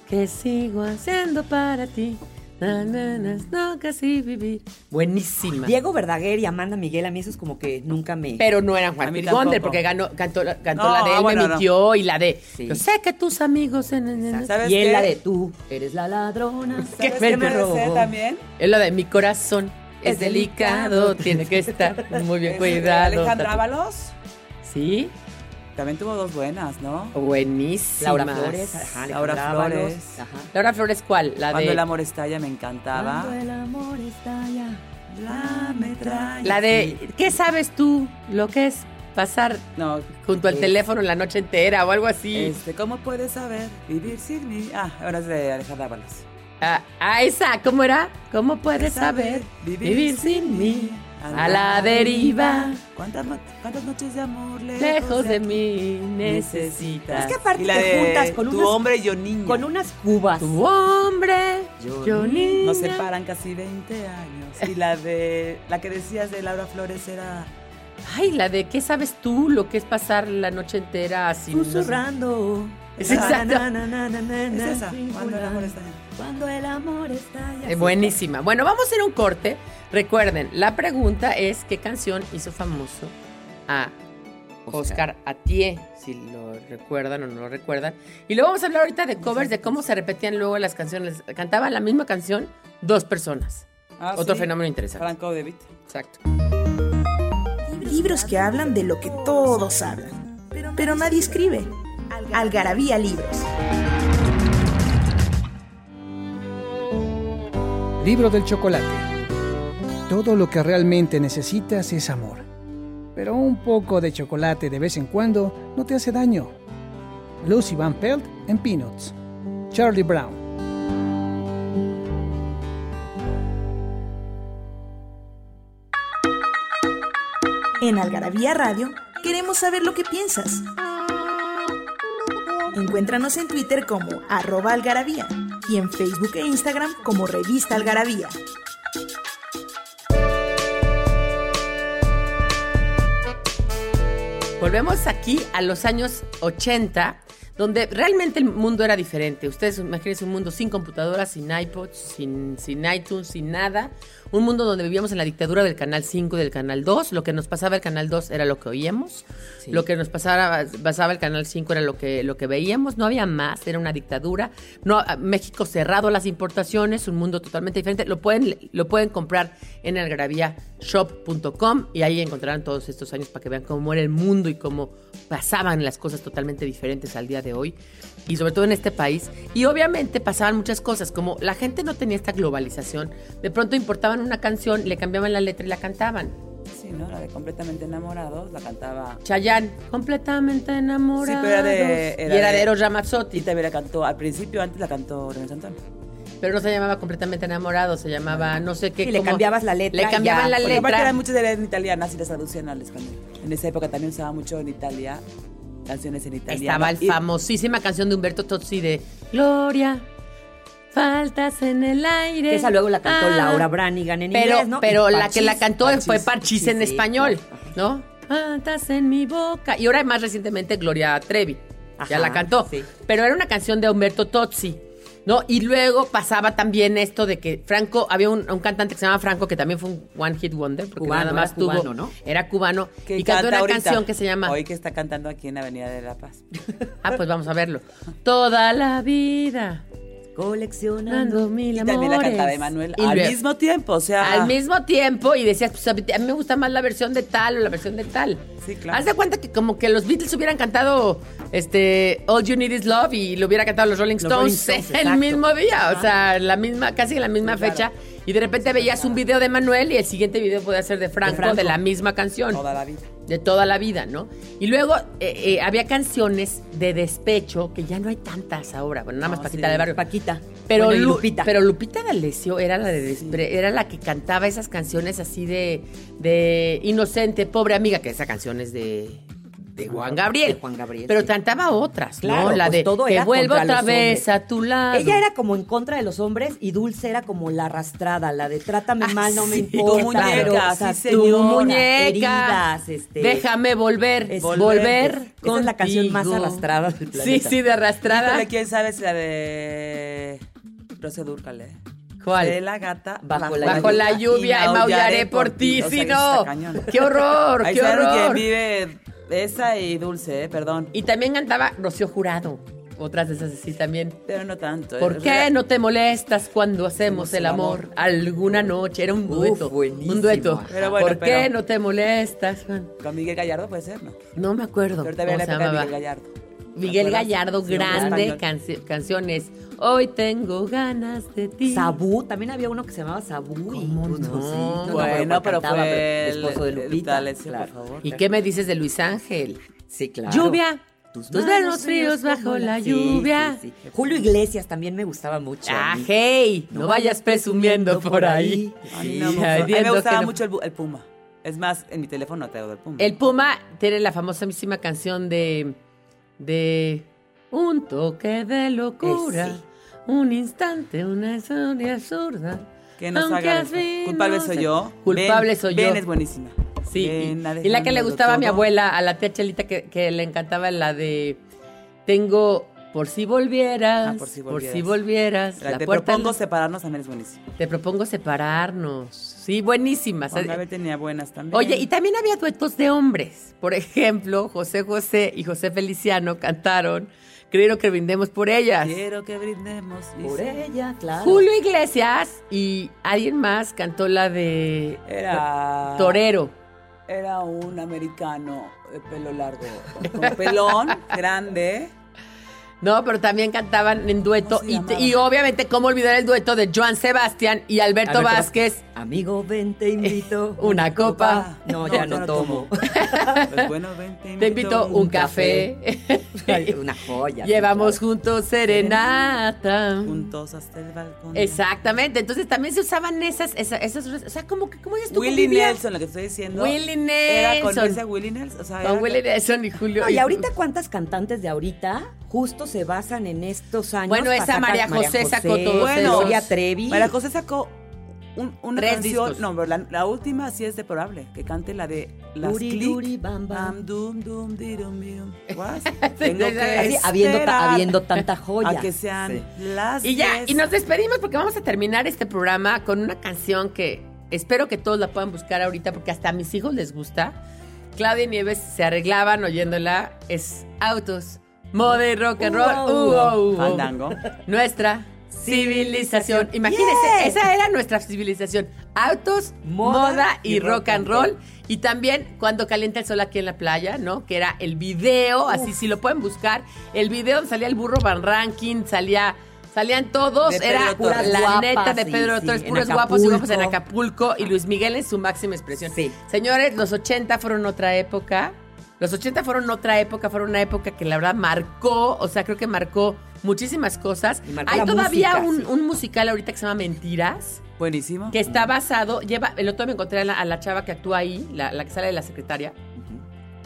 Speaker 3: ¿Qué sigo haciendo para ti? Na, na, na, no casi vivir. Buenísima.
Speaker 4: Diego Verdaguer y Amanda Miguel, a mí eso es como que nunca me.
Speaker 3: Pero no eran
Speaker 5: A
Speaker 3: Juan
Speaker 5: mí
Speaker 3: Hit
Speaker 5: tampoco.
Speaker 3: Wonder, porque ganó, cantó, la- cantó
Speaker 5: No,
Speaker 3: la de Él
Speaker 5: ah, bueno,
Speaker 3: me
Speaker 5: no.
Speaker 3: mintió y la de
Speaker 4: Sí.
Speaker 3: Yo sé que tus amigos... na, na, na".
Speaker 5: ¿Sabes
Speaker 4: y
Speaker 5: qué?
Speaker 4: es la de tú, eres la ladrona.
Speaker 3: ¿Qué
Speaker 5: ¿Sabes
Speaker 3: me
Speaker 5: qué me
Speaker 3: robó?
Speaker 5: desea también?
Speaker 3: Es la de Mi corazón es,
Speaker 4: Es
Speaker 3: delicado,
Speaker 4: delicado,
Speaker 3: tiene que estar muy bien
Speaker 5: Es de
Speaker 3: cuidado.
Speaker 5: Este, Alejandra Ábalos.
Speaker 3: ¿Sí?
Speaker 5: También tuvo dos buenas, ¿no?
Speaker 3: Oh, Buenísima.
Speaker 4: Laura Flores, ajá, Alejandra
Speaker 5: Laura
Speaker 4: Ábalos,
Speaker 5: Flores.
Speaker 4: Ajá.
Speaker 3: Laura Flores, ¿cuál? La
Speaker 5: Cuando
Speaker 3: de.
Speaker 5: el amor estalla me encantaba.
Speaker 4: Cuando el amor estalla,
Speaker 5: La metralla.
Speaker 3: La de. ¿Qué sabes tú lo que es pasar
Speaker 5: No,
Speaker 3: junto al
Speaker 5: es-
Speaker 3: teléfono la noche entera o algo así?
Speaker 5: Este, ¿cómo puedes saber vivir sin mí? Ah, ahora es de Alejandra Ábalos.
Speaker 3: Ah, ah, esa, ¿cómo era? ¿Cómo puedes saber vivir, sin mí? A la deriva,
Speaker 5: ¿Cuántas, no- cuántas noches de amor lejos,
Speaker 3: lejos de mí,
Speaker 5: necesitas?
Speaker 3: necesitas.
Speaker 4: Es que aparte
Speaker 5: Y la
Speaker 4: te
Speaker 5: de
Speaker 4: juntas con
Speaker 5: tu
Speaker 4: unas-
Speaker 5: hombre y yo niña.
Speaker 4: con unas cubas.
Speaker 3: Tu hombre,
Speaker 4: Yo
Speaker 3: yo niña.
Speaker 5: Nos separan casi 20 años. Y la de la que decías de Laura Flores era
Speaker 3: Ay, la de ¿qué sabes tú lo que es pasar la noche entera sin no sé-
Speaker 4: Susurrando.
Speaker 3: Es exacto.
Speaker 4: Na, na, na, na, na,
Speaker 5: es
Speaker 4: na,
Speaker 5: esa, cuando el amor
Speaker 4: singular.
Speaker 5: estalla.
Speaker 4: Cuando el amor estalla.
Speaker 3: Eh, buenísima. Bueno, vamos a hacer un corte. Recuerden, la pregunta es qué canción hizo famoso a Oscar Atié, si lo recuerdan o no lo recuerdan. Y luego vamos a hablar ahorita de covers, de cómo se repetían luego las canciones. Cantaban la misma canción dos personas.
Speaker 5: Ah,
Speaker 3: Otro
Speaker 5: sí,
Speaker 3: fenómeno interesante.
Speaker 5: Franco De Vita.
Speaker 3: Exacto.
Speaker 1: Libros que hablan de lo que todos hablan, pero nadie escribe. Algarabía Libros.
Speaker 2: Libro del chocolate. Todo lo que realmente necesitas es amor. Pero un poco de chocolate de vez en cuando no te hace daño. Lucy Van Pelt en Peanuts. Charlie Brown.
Speaker 1: En Algarabía Radio queremos saber lo que piensas. Encuéntranos en Twitter como arroba algarabía y en Facebook e Instagram como revista algarabía.
Speaker 3: Volvemos aquí a los años 80, donde realmente el mundo era diferente. Ustedes imagínense un mundo sin computadoras, sin iPods, sin, sin iTunes, sin nada. Un mundo donde vivíamos en la dictadura del Canal 5 y del Canal 2. Lo que nos pasaba el Canal 2 era lo que oíamos. Lo que nos pasaba, pasaba el Canal 5 era lo que, lo que veíamos. No había más, era una dictadura. No, a- México cerrado a las importaciones, un mundo totalmente diferente. Lo pueden, lo pueden comprar en algraviashop.com y ahí encontrarán todos estos años para que vean cómo era el mundo y cómo pasaban las cosas totalmente diferentes al día día de hoy y sobre todo en este país. Y obviamente pasaban muchas cosas, como la gente no tenía esta globalización. De pronto importaban una canción, le cambiaban la letra y la cantaban.
Speaker 5: Sí, ¿no? La de Completamente Enamorados la cantaba...
Speaker 3: Chayanne, completamente enamorado.
Speaker 5: Sí, pero era de-
Speaker 3: y
Speaker 5: era
Speaker 3: era de
Speaker 5: de-
Speaker 3: Eros Ramazzotti.
Speaker 5: Y también la cantó, al principio antes la cantó René Santana.
Speaker 3: Pero no se llamaba completamente enamorado, se llamaba no sé qué.
Speaker 4: Sí, le cambiabas la letra
Speaker 3: Le
Speaker 4: y
Speaker 3: cambiaban
Speaker 4: ya.
Speaker 3: la
Speaker 5: Porque aparte
Speaker 3: letra.
Speaker 5: eran muchas eran italianas y las traducían al español. En esa época también usaba mucho en Italia canciones en italiano.
Speaker 3: Estaba la
Speaker 5: Y-
Speaker 3: famosísima canción de Humberto Tozzi de Gloria, faltas en el aire.
Speaker 4: Esa luego la cantó
Speaker 3: Ah.
Speaker 4: Laura Branigan en
Speaker 3: Pero,
Speaker 4: inglés, ¿no?
Speaker 3: pero
Speaker 4: Y
Speaker 3: la
Speaker 4: Parchís.
Speaker 3: que la cantó fue
Speaker 5: Parchís,
Speaker 3: Parchis
Speaker 5: sí,
Speaker 3: en
Speaker 5: sí,
Speaker 3: español,
Speaker 5: claro.
Speaker 3: ¿no? Faltas en mi boca. Y ahora más recientemente Gloria Trevi. ya
Speaker 4: Ajá,
Speaker 3: la cantó.
Speaker 4: sí.
Speaker 3: Pero era una canción de Humberto Tozzi. ¿No? Y luego pasaba también esto de que Franco, había un, un cantante que se llamaba Franco, que también fue un one hit wonder, porque
Speaker 4: Cubano,
Speaker 3: nada más
Speaker 4: era
Speaker 3: tuvo.
Speaker 4: cubano, ¿no?
Speaker 3: Era cubano.
Speaker 5: que
Speaker 3: y cantó
Speaker 5: canta
Speaker 3: una
Speaker 5: ahorita.
Speaker 3: canción que se llama.
Speaker 5: Hoy que está cantando aquí en Avenida de la Paz.
Speaker 3: Ah, pues vamos a verlo. Toda la vida.
Speaker 4: Coleccionando.
Speaker 3: Dando mil
Speaker 5: Y
Speaker 3: amores.
Speaker 5: también la cantaba Emanuel
Speaker 3: Y
Speaker 5: al
Speaker 3: luego-
Speaker 5: mismo tiempo, o sea...
Speaker 3: Al mismo tiempo y decías, pues a mí, a mí me gusta más la versión de tal o la versión de tal.
Speaker 5: Sí, claro.
Speaker 3: Haz de cuenta que como que los Beatles hubieran cantado este All You Need Is Love y lo hubiera cantado los Rolling
Speaker 4: Los Rolling
Speaker 3: Stones,
Speaker 4: Stones,
Speaker 3: el
Speaker 4: exacto.
Speaker 3: mismo día, o
Speaker 4: Ajá.
Speaker 3: sea, la misma casi en la misma fecha. Y de repente veías un video de Manuel y el siguiente video podía ser de Franco, de,
Speaker 4: Franco.
Speaker 3: la misma canción
Speaker 5: Toda la vida.
Speaker 3: de toda la vida, ¿no? Y luego eh, eh, había canciones de despecho, que ya no hay tantas ahora, bueno, nada más
Speaker 5: No,
Speaker 3: Paquita
Speaker 5: sí.
Speaker 3: del Barrio.
Speaker 4: Paquita.
Speaker 3: Pero,
Speaker 4: Bueno, y
Speaker 3: Lu-
Speaker 4: Lupita.
Speaker 3: pero Lupita D'Alessio era la de despre- era la que cantaba esas canciones así de, de Inocente, pobre amiga, que esa canción es de, de Juan Gabriel.
Speaker 4: De Juan Gabriel,
Speaker 3: Pero
Speaker 4: sí.
Speaker 3: cantaba otras,
Speaker 4: Claro,
Speaker 3: ¿no? La
Speaker 4: pues
Speaker 3: de
Speaker 4: todo
Speaker 3: Que
Speaker 4: era
Speaker 3: vuelvo
Speaker 4: contra
Speaker 3: otra
Speaker 4: los
Speaker 3: vez
Speaker 4: hombres.
Speaker 3: a tu lado.
Speaker 4: Ella era como en contra de los hombres y Dulce era como la arrastrada, la de trátame
Speaker 3: Ah,
Speaker 4: mal, no me
Speaker 3: sí, tu
Speaker 4: importa.
Speaker 5: muñeca,
Speaker 4: pero, o sea,
Speaker 5: sí,
Speaker 3: tu
Speaker 5: señora,
Speaker 3: muñeca.
Speaker 4: heridas, este,
Speaker 3: Déjame volver,
Speaker 4: es-
Speaker 3: volver.
Speaker 4: Esa es la canción más
Speaker 3: contigo.
Speaker 4: arrastrada del
Speaker 3: Sí,
Speaker 4: planeta.
Speaker 3: sí, de arrastrada.
Speaker 5: Híjole, quién sabe si la de Rocío Dúrcal, ¿eh?
Speaker 3: ¿Cuál?
Speaker 5: De la gata
Speaker 4: Bajo la
Speaker 3: Bajo la lluvia
Speaker 5: y
Speaker 3: y maullaré por ti,
Speaker 5: O sea,
Speaker 3: sí,
Speaker 5: eso está
Speaker 3: no.
Speaker 5: cañón.
Speaker 3: ¡Qué horror,
Speaker 5: Ahí
Speaker 3: qué
Speaker 5: saben quién
Speaker 3: horror!
Speaker 5: vive esa y Dulce, ¿eh? Perdón.
Speaker 3: Y también cantaba Rocío Jurado, otras de esas así también.
Speaker 5: Pero no tanto. ¿eh?
Speaker 3: ¿Por
Speaker 5: O sea,
Speaker 3: qué no te molestas cuando hacemos el amor? Alguna noche, era un
Speaker 4: Uf,
Speaker 3: dueto.
Speaker 4: buenísimo.
Speaker 3: Un dueto.
Speaker 5: Pero bueno,
Speaker 3: ¿Por
Speaker 5: pero-
Speaker 3: qué no te molestas? Juan?
Speaker 5: Con Miguel Gallardo puede ser, ¿no?
Speaker 3: No me acuerdo.
Speaker 5: Pero ahorita viene la
Speaker 3: cómo se
Speaker 5: época de
Speaker 3: llamaba.
Speaker 5: Miguel Gallardo.
Speaker 3: Miguel
Speaker 5: ¿Te acuerdas?
Speaker 3: Gallardo,
Speaker 5: Sí,
Speaker 3: grande
Speaker 5: español.
Speaker 3: canci- canciones. Hoy tengo ganas de ti.
Speaker 4: Sabú, también había uno que se llamaba Sabú. y,
Speaker 3: ¿Cómo
Speaker 4: pues,
Speaker 3: no?
Speaker 4: sí, no, no,
Speaker 5: Bueno, pero
Speaker 4: cantaba,
Speaker 5: fue
Speaker 4: pero esposo de
Speaker 5: el- el
Speaker 4: Lupita.
Speaker 5: D'Alessio, por
Speaker 4: claro.
Speaker 5: favor.
Speaker 3: ¿Y qué me dices de Luis Ángel?
Speaker 4: Sí, claro.
Speaker 3: Lluvia. Tus,
Speaker 4: Tus
Speaker 3: vernos
Speaker 4: manos
Speaker 3: fríos bajo la lluvia.
Speaker 4: Sí, sí, sí. Julio Iglesias también me gustaba mucho. a
Speaker 3: Ah,
Speaker 4: mí.
Speaker 3: hey, no vayas presumiendo por ahí.
Speaker 5: Ay,
Speaker 4: Sí.
Speaker 5: no,
Speaker 3: Ay,
Speaker 5: a mí me
Speaker 3: viendo
Speaker 5: gustaba
Speaker 3: que no-
Speaker 5: mucho el, bu- el Puma. Es más, en mi teléfono tengo el Puma.
Speaker 3: El Puma tiene la famosísima canción de. de. Un toque de locura.
Speaker 4: Eh, sí.
Speaker 3: Un instante, una historia absurda.
Speaker 5: Que nos
Speaker 3: Aunque
Speaker 5: haga
Speaker 3: al
Speaker 5: eso.
Speaker 3: fin
Speaker 5: Culpable
Speaker 3: no
Speaker 5: soy
Speaker 3: sé-
Speaker 5: yo.
Speaker 3: Culpable
Speaker 5: Ben-
Speaker 3: soy yo.
Speaker 5: Ben es buenísima.
Speaker 3: Sí, y,
Speaker 5: Ben,
Speaker 3: y la que le
Speaker 5: Alejandro,
Speaker 3: gustaba a mi
Speaker 5: todo.
Speaker 3: abuela, a la tía Chelita, que, que le encantaba la de Tengo por si volvieras,
Speaker 5: Ah,
Speaker 3: por
Speaker 5: por
Speaker 3: si
Speaker 5: si
Speaker 3: volvieras,
Speaker 5: La
Speaker 3: la
Speaker 5: te
Speaker 3: puerta-
Speaker 5: propongo separarnos también es buenísima.
Speaker 3: te propongo separarnos. Sí, buenísimas.
Speaker 5: Juan Gabriel tenía buenas también.
Speaker 3: Oye, y también había duetos de hombres. Por ejemplo, José José y José Feliciano cantaron Quiero que brindemos por ellas.
Speaker 5: Quiero que brindemos.
Speaker 4: Por
Speaker 5: dice.
Speaker 4: ella, claro.
Speaker 3: Julio Iglesias y alguien más cantó la de
Speaker 5: Era.
Speaker 3: Torero.
Speaker 5: Era un americano de pelo largo. Con pelón, grande.
Speaker 3: No, pero también cantaban en dueto.
Speaker 5: ¿Cómo se
Speaker 3: Y,
Speaker 5: llamaba?
Speaker 3: y obviamente, ¿cómo olvidar el dueto de Joan Sebastián y Alberto,
Speaker 4: Alberto
Speaker 3: Vázquez?
Speaker 4: Amigo, ven, te invito.
Speaker 3: Una copa.
Speaker 4: No, ya no, tomo.
Speaker 5: Pues bueno, ven, te invito,
Speaker 3: Te invito un
Speaker 5: un
Speaker 3: café.
Speaker 4: Ay, Una joya.
Speaker 3: Llevamos
Speaker 4: sí,
Speaker 3: juntos serenata.
Speaker 5: café Juntos hasta el balcón.
Speaker 3: Exactamente. Entonces también se usaban esas, esas, esas o sea, como que, ¿cómo dices tú?
Speaker 5: Willie
Speaker 3: convivías?
Speaker 5: Nelson, lo que estoy diciendo.
Speaker 3: Willie
Speaker 5: Era con
Speaker 3: Nelson.
Speaker 5: ese Willie Nelson. O sea, era-
Speaker 3: Con Willie Nelson y Julio.
Speaker 4: claro. No, y ahorita, ¿cuántas cantantes de ahorita justo se basan en estos años?
Speaker 3: Bueno, esa
Speaker 4: Pasaca-
Speaker 3: María José sacó todos
Speaker 5: esos.
Speaker 4: Gloria Trevi.
Speaker 5: María José sacó un, una
Speaker 3: Tres
Speaker 5: canción.
Speaker 3: discos.
Speaker 5: No, pero la, la última sí es deplorable. Que cante la de las
Speaker 4: Duri,
Speaker 5: click.
Speaker 4: duri, bam, bam.
Speaker 5: Bam, dum, dum, dirum, dirum. What?
Speaker 3: Así,
Speaker 4: habiendo ta-
Speaker 5: esperar
Speaker 4: habiendo tanta joya.
Speaker 5: A que sean
Speaker 4: Sí.
Speaker 5: las
Speaker 3: Y ya,
Speaker 5: diez.
Speaker 3: y nos despedimos porque vamos a terminar este programa con una canción que espero que todos la puedan buscar ahorita porque hasta a mis hijos les gusta. Claudia Nieves se arreglaban oyéndola. Es autos, moda y rock and roll. uh,
Speaker 4: Uo,
Speaker 3: uo, uo.
Speaker 5: Fandango.
Speaker 3: Nuestra Civilización. Imagínense,
Speaker 4: Yeah.
Speaker 3: esa era nuestra civilización. Autos, moda,
Speaker 4: Moda
Speaker 3: y, rock and roll. Y también cuando calienta el sol aquí en la playa, ¿no? Que era el video, así si lo pueden buscar. El video donde salía el burro Van Ranking, salía. Salían todos,
Speaker 5: De
Speaker 3: era
Speaker 5: Pedro Torres.
Speaker 3: la
Speaker 4: Guapas,
Speaker 3: neta de
Speaker 4: sí,
Speaker 3: Pedro
Speaker 4: sí,
Speaker 3: Torres,
Speaker 4: en
Speaker 3: puros guapos y guapos en
Speaker 4: Acapulco.
Speaker 3: Acapulco y Luis Miguel en su máxima expresión.
Speaker 4: Sí.
Speaker 3: Señores, los 80 fueron otra época. Los 80 fueron otra época, fueron una época que la verdad marcó, o sea, creo que marcó muchísimas cosas.
Speaker 4: Y marcó
Speaker 3: Hay
Speaker 4: la
Speaker 3: todavía
Speaker 4: música,
Speaker 3: un,
Speaker 4: sí.
Speaker 3: un musical ahorita que se llama Mentiras,
Speaker 5: Buenísimo.
Speaker 3: que está basado, lleva, el otro día me encontré a la, a la chava que actúa ahí, la, la que sale de la secretaria,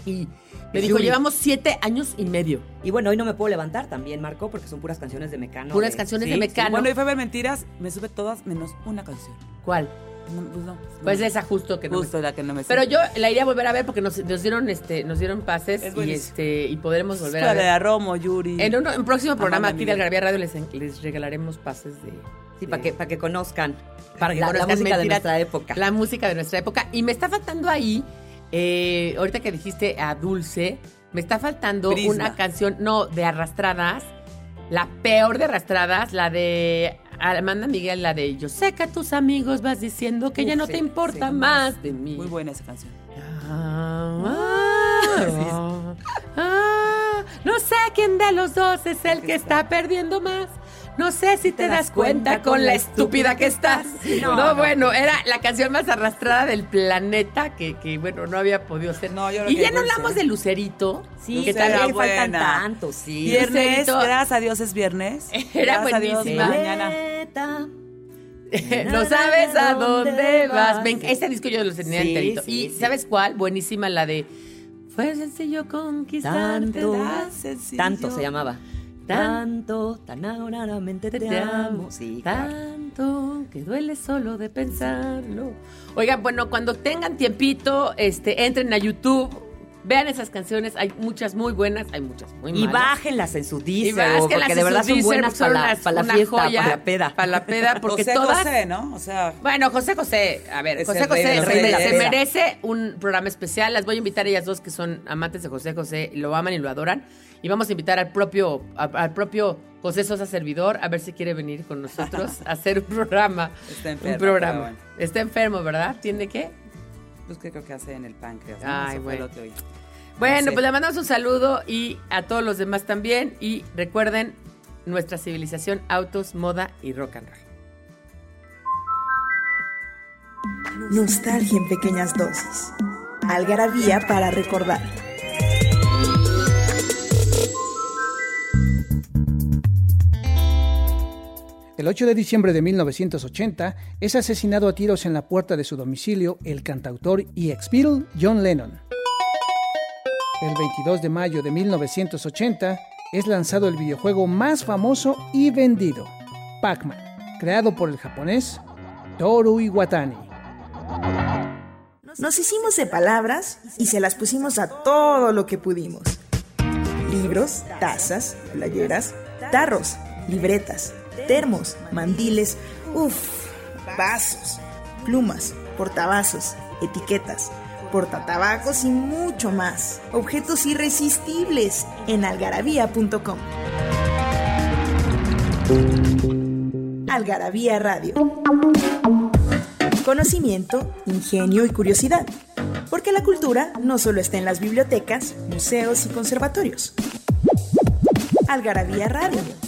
Speaker 3: y me
Speaker 4: Es
Speaker 3: dijo,
Speaker 4: Yuri.
Speaker 3: llevamos siete años y medio,
Speaker 4: Y bueno, hoy no me puedo levantar también, Marco, porque son puras canciones de Mecano.
Speaker 3: puras
Speaker 4: de-
Speaker 3: canciones
Speaker 5: Sí,
Speaker 3: de
Speaker 5: sí.
Speaker 3: Mecano.
Speaker 5: Bueno, y fue a ver mentiras, me supe todas menos una canción.
Speaker 3: ¿Cuál?
Speaker 5: No, pues no.
Speaker 3: Pues
Speaker 5: no.
Speaker 3: esa justo que no me-
Speaker 5: Justo la que no me sé.
Speaker 3: Pero yo la iría a volver a ver porque nos, nos dieron este, nos dieron pases
Speaker 5: Es
Speaker 3: y
Speaker 5: buenísimo.
Speaker 3: este, y podremos
Speaker 5: Pues
Speaker 3: volver a ver.
Speaker 5: la Romo, Yuri.
Speaker 3: En un, en un próximo programa
Speaker 5: Amanda
Speaker 3: aquí de
Speaker 5: Miguel.
Speaker 3: Algarabía Radio les, les regalaremos pases de.
Speaker 4: Sí,
Speaker 3: de-
Speaker 4: para que, para que conozcan.
Speaker 3: para que
Speaker 4: la, la
Speaker 3: conozcan
Speaker 4: música de
Speaker 3: mentiras,
Speaker 4: nuestra época.
Speaker 3: La música de nuestra época. Y me está faltando ahí, eh, ahorita que dijiste a Dulce, me está faltando
Speaker 5: Prisma.
Speaker 3: una canción, no, de Arrastradas, la peor de Arrastradas, la de Amanda Miguel, la de Yo sé que a tus amigos vas diciendo que
Speaker 4: Uf,
Speaker 3: ya no
Speaker 4: sí,
Speaker 3: te importa
Speaker 4: sí,
Speaker 3: más de mí.
Speaker 5: Muy buena esa canción.
Speaker 3: Ah, ah, ah, no sé quién de los dos es el que está perdiendo más. No sé si te, das cuenta con la estúpida que estás. No,
Speaker 4: No, no.
Speaker 3: bueno, era la canción más arrastrada del planeta que, que, bueno, no había podido ser.
Speaker 5: No, yo creo
Speaker 3: y
Speaker 5: que
Speaker 3: ya no
Speaker 5: Dulce.
Speaker 3: hablamos de Lucerito.
Speaker 4: Sí,
Speaker 3: que
Speaker 5: Dulce
Speaker 4: también
Speaker 5: era
Speaker 3: también
Speaker 4: que faltan
Speaker 5: buena.
Speaker 4: tantos, sí.
Speaker 3: Y es-
Speaker 5: Viernes,
Speaker 3: Lucerito.
Speaker 5: gracias a Dios es viernes.
Speaker 3: Era
Speaker 5: Gracias a Dios,
Speaker 3: buenísima.
Speaker 5: Mañana.
Speaker 4: Neta.
Speaker 3: no sabes a dónde vas. Ven,
Speaker 4: Sí.
Speaker 3: este disco yo lo tenía
Speaker 4: Sí,
Speaker 3: enterito.
Speaker 4: sí,
Speaker 3: y
Speaker 4: sí.
Speaker 3: ¿sabes cuál? Buenísima la de... Fue sencillo conquistarte.
Speaker 4: Tanto,
Speaker 3: tan
Speaker 5: sencillo.
Speaker 4: Tanto se llamaba. Tanto, tan adoradamente te, amo. Sí, claro.
Speaker 3: tanto que duele solo de pensarlo. Oigan, bueno, cuando tengan tiempito, este, entren a YouTube, vean esas canciones, hay muchas muy buenas, hay muchas muy malas.
Speaker 4: Y bájenlas en su
Speaker 3: Y
Speaker 4: disco,
Speaker 3: básquenlas
Speaker 4: porque
Speaker 3: en
Speaker 4: de
Speaker 3: su
Speaker 4: verdad son
Speaker 3: Deezer,
Speaker 4: buenas
Speaker 3: porque son
Speaker 4: para la,
Speaker 3: unas-
Speaker 4: para la
Speaker 3: una
Speaker 4: fiesta,
Speaker 3: joya,
Speaker 4: para la peda.
Speaker 3: Para la peda, porque
Speaker 5: José,
Speaker 3: todas...
Speaker 5: José, ¿no? O sea,
Speaker 3: Bueno, José José, a ver,
Speaker 5: Es
Speaker 3: José
Speaker 5: el rey
Speaker 3: José
Speaker 5: de los
Speaker 3: se
Speaker 5: reyes.
Speaker 3: merece- se merece un programa especial. Las voy a invitar a ellas dos que son amantes de José José, lo aman y lo adoran. Y vamos a invitar al propio, a- al propio José Sosa Servidor a ver si quiere venir con nosotros a hacer un programa.
Speaker 5: Está enfermo,
Speaker 3: un programa.
Speaker 5: pero bueno.
Speaker 3: Está enfermo, ¿verdad? ¿Tiene qué?
Speaker 5: pues que creo que hace en el páncreas. ¿no?
Speaker 3: Ay,
Speaker 5: Eso fue
Speaker 3: bueno.
Speaker 5: lo que oí.
Speaker 3: Bueno,
Speaker 5: No sé.
Speaker 3: pues le mandamos un saludo y a todos los demás también. Y recuerden nuestra civilización, autos, moda y rock and roll.
Speaker 1: Nostalgia en pequeñas dosis. Algarabía para recordar.
Speaker 2: El 8 de diciembre de 1980 es asesinado a tiros en la puerta de su domicilio el cantautor y ex Beatle John Lennon. El 22 de mayo de 1980 es lanzado el videojuego más famoso y vendido, Pac-Man, creado por el japonés Toru Iwatani.
Speaker 1: Nos hicimos de palabras y se las pusimos a todo lo que pudimos. Libros, tazas, playeras, tarros, libretas, termos, mandiles, uff, vasos, plumas, portavasos, etiquetas, portatabacos y mucho más. Objetos irresistibles en algarabía.com. Algarabía Radio. Conocimiento, ingenio y curiosidad. Porque la cultura no solo está en las bibliotecas, museos y conservatorios. Algarabía Radio.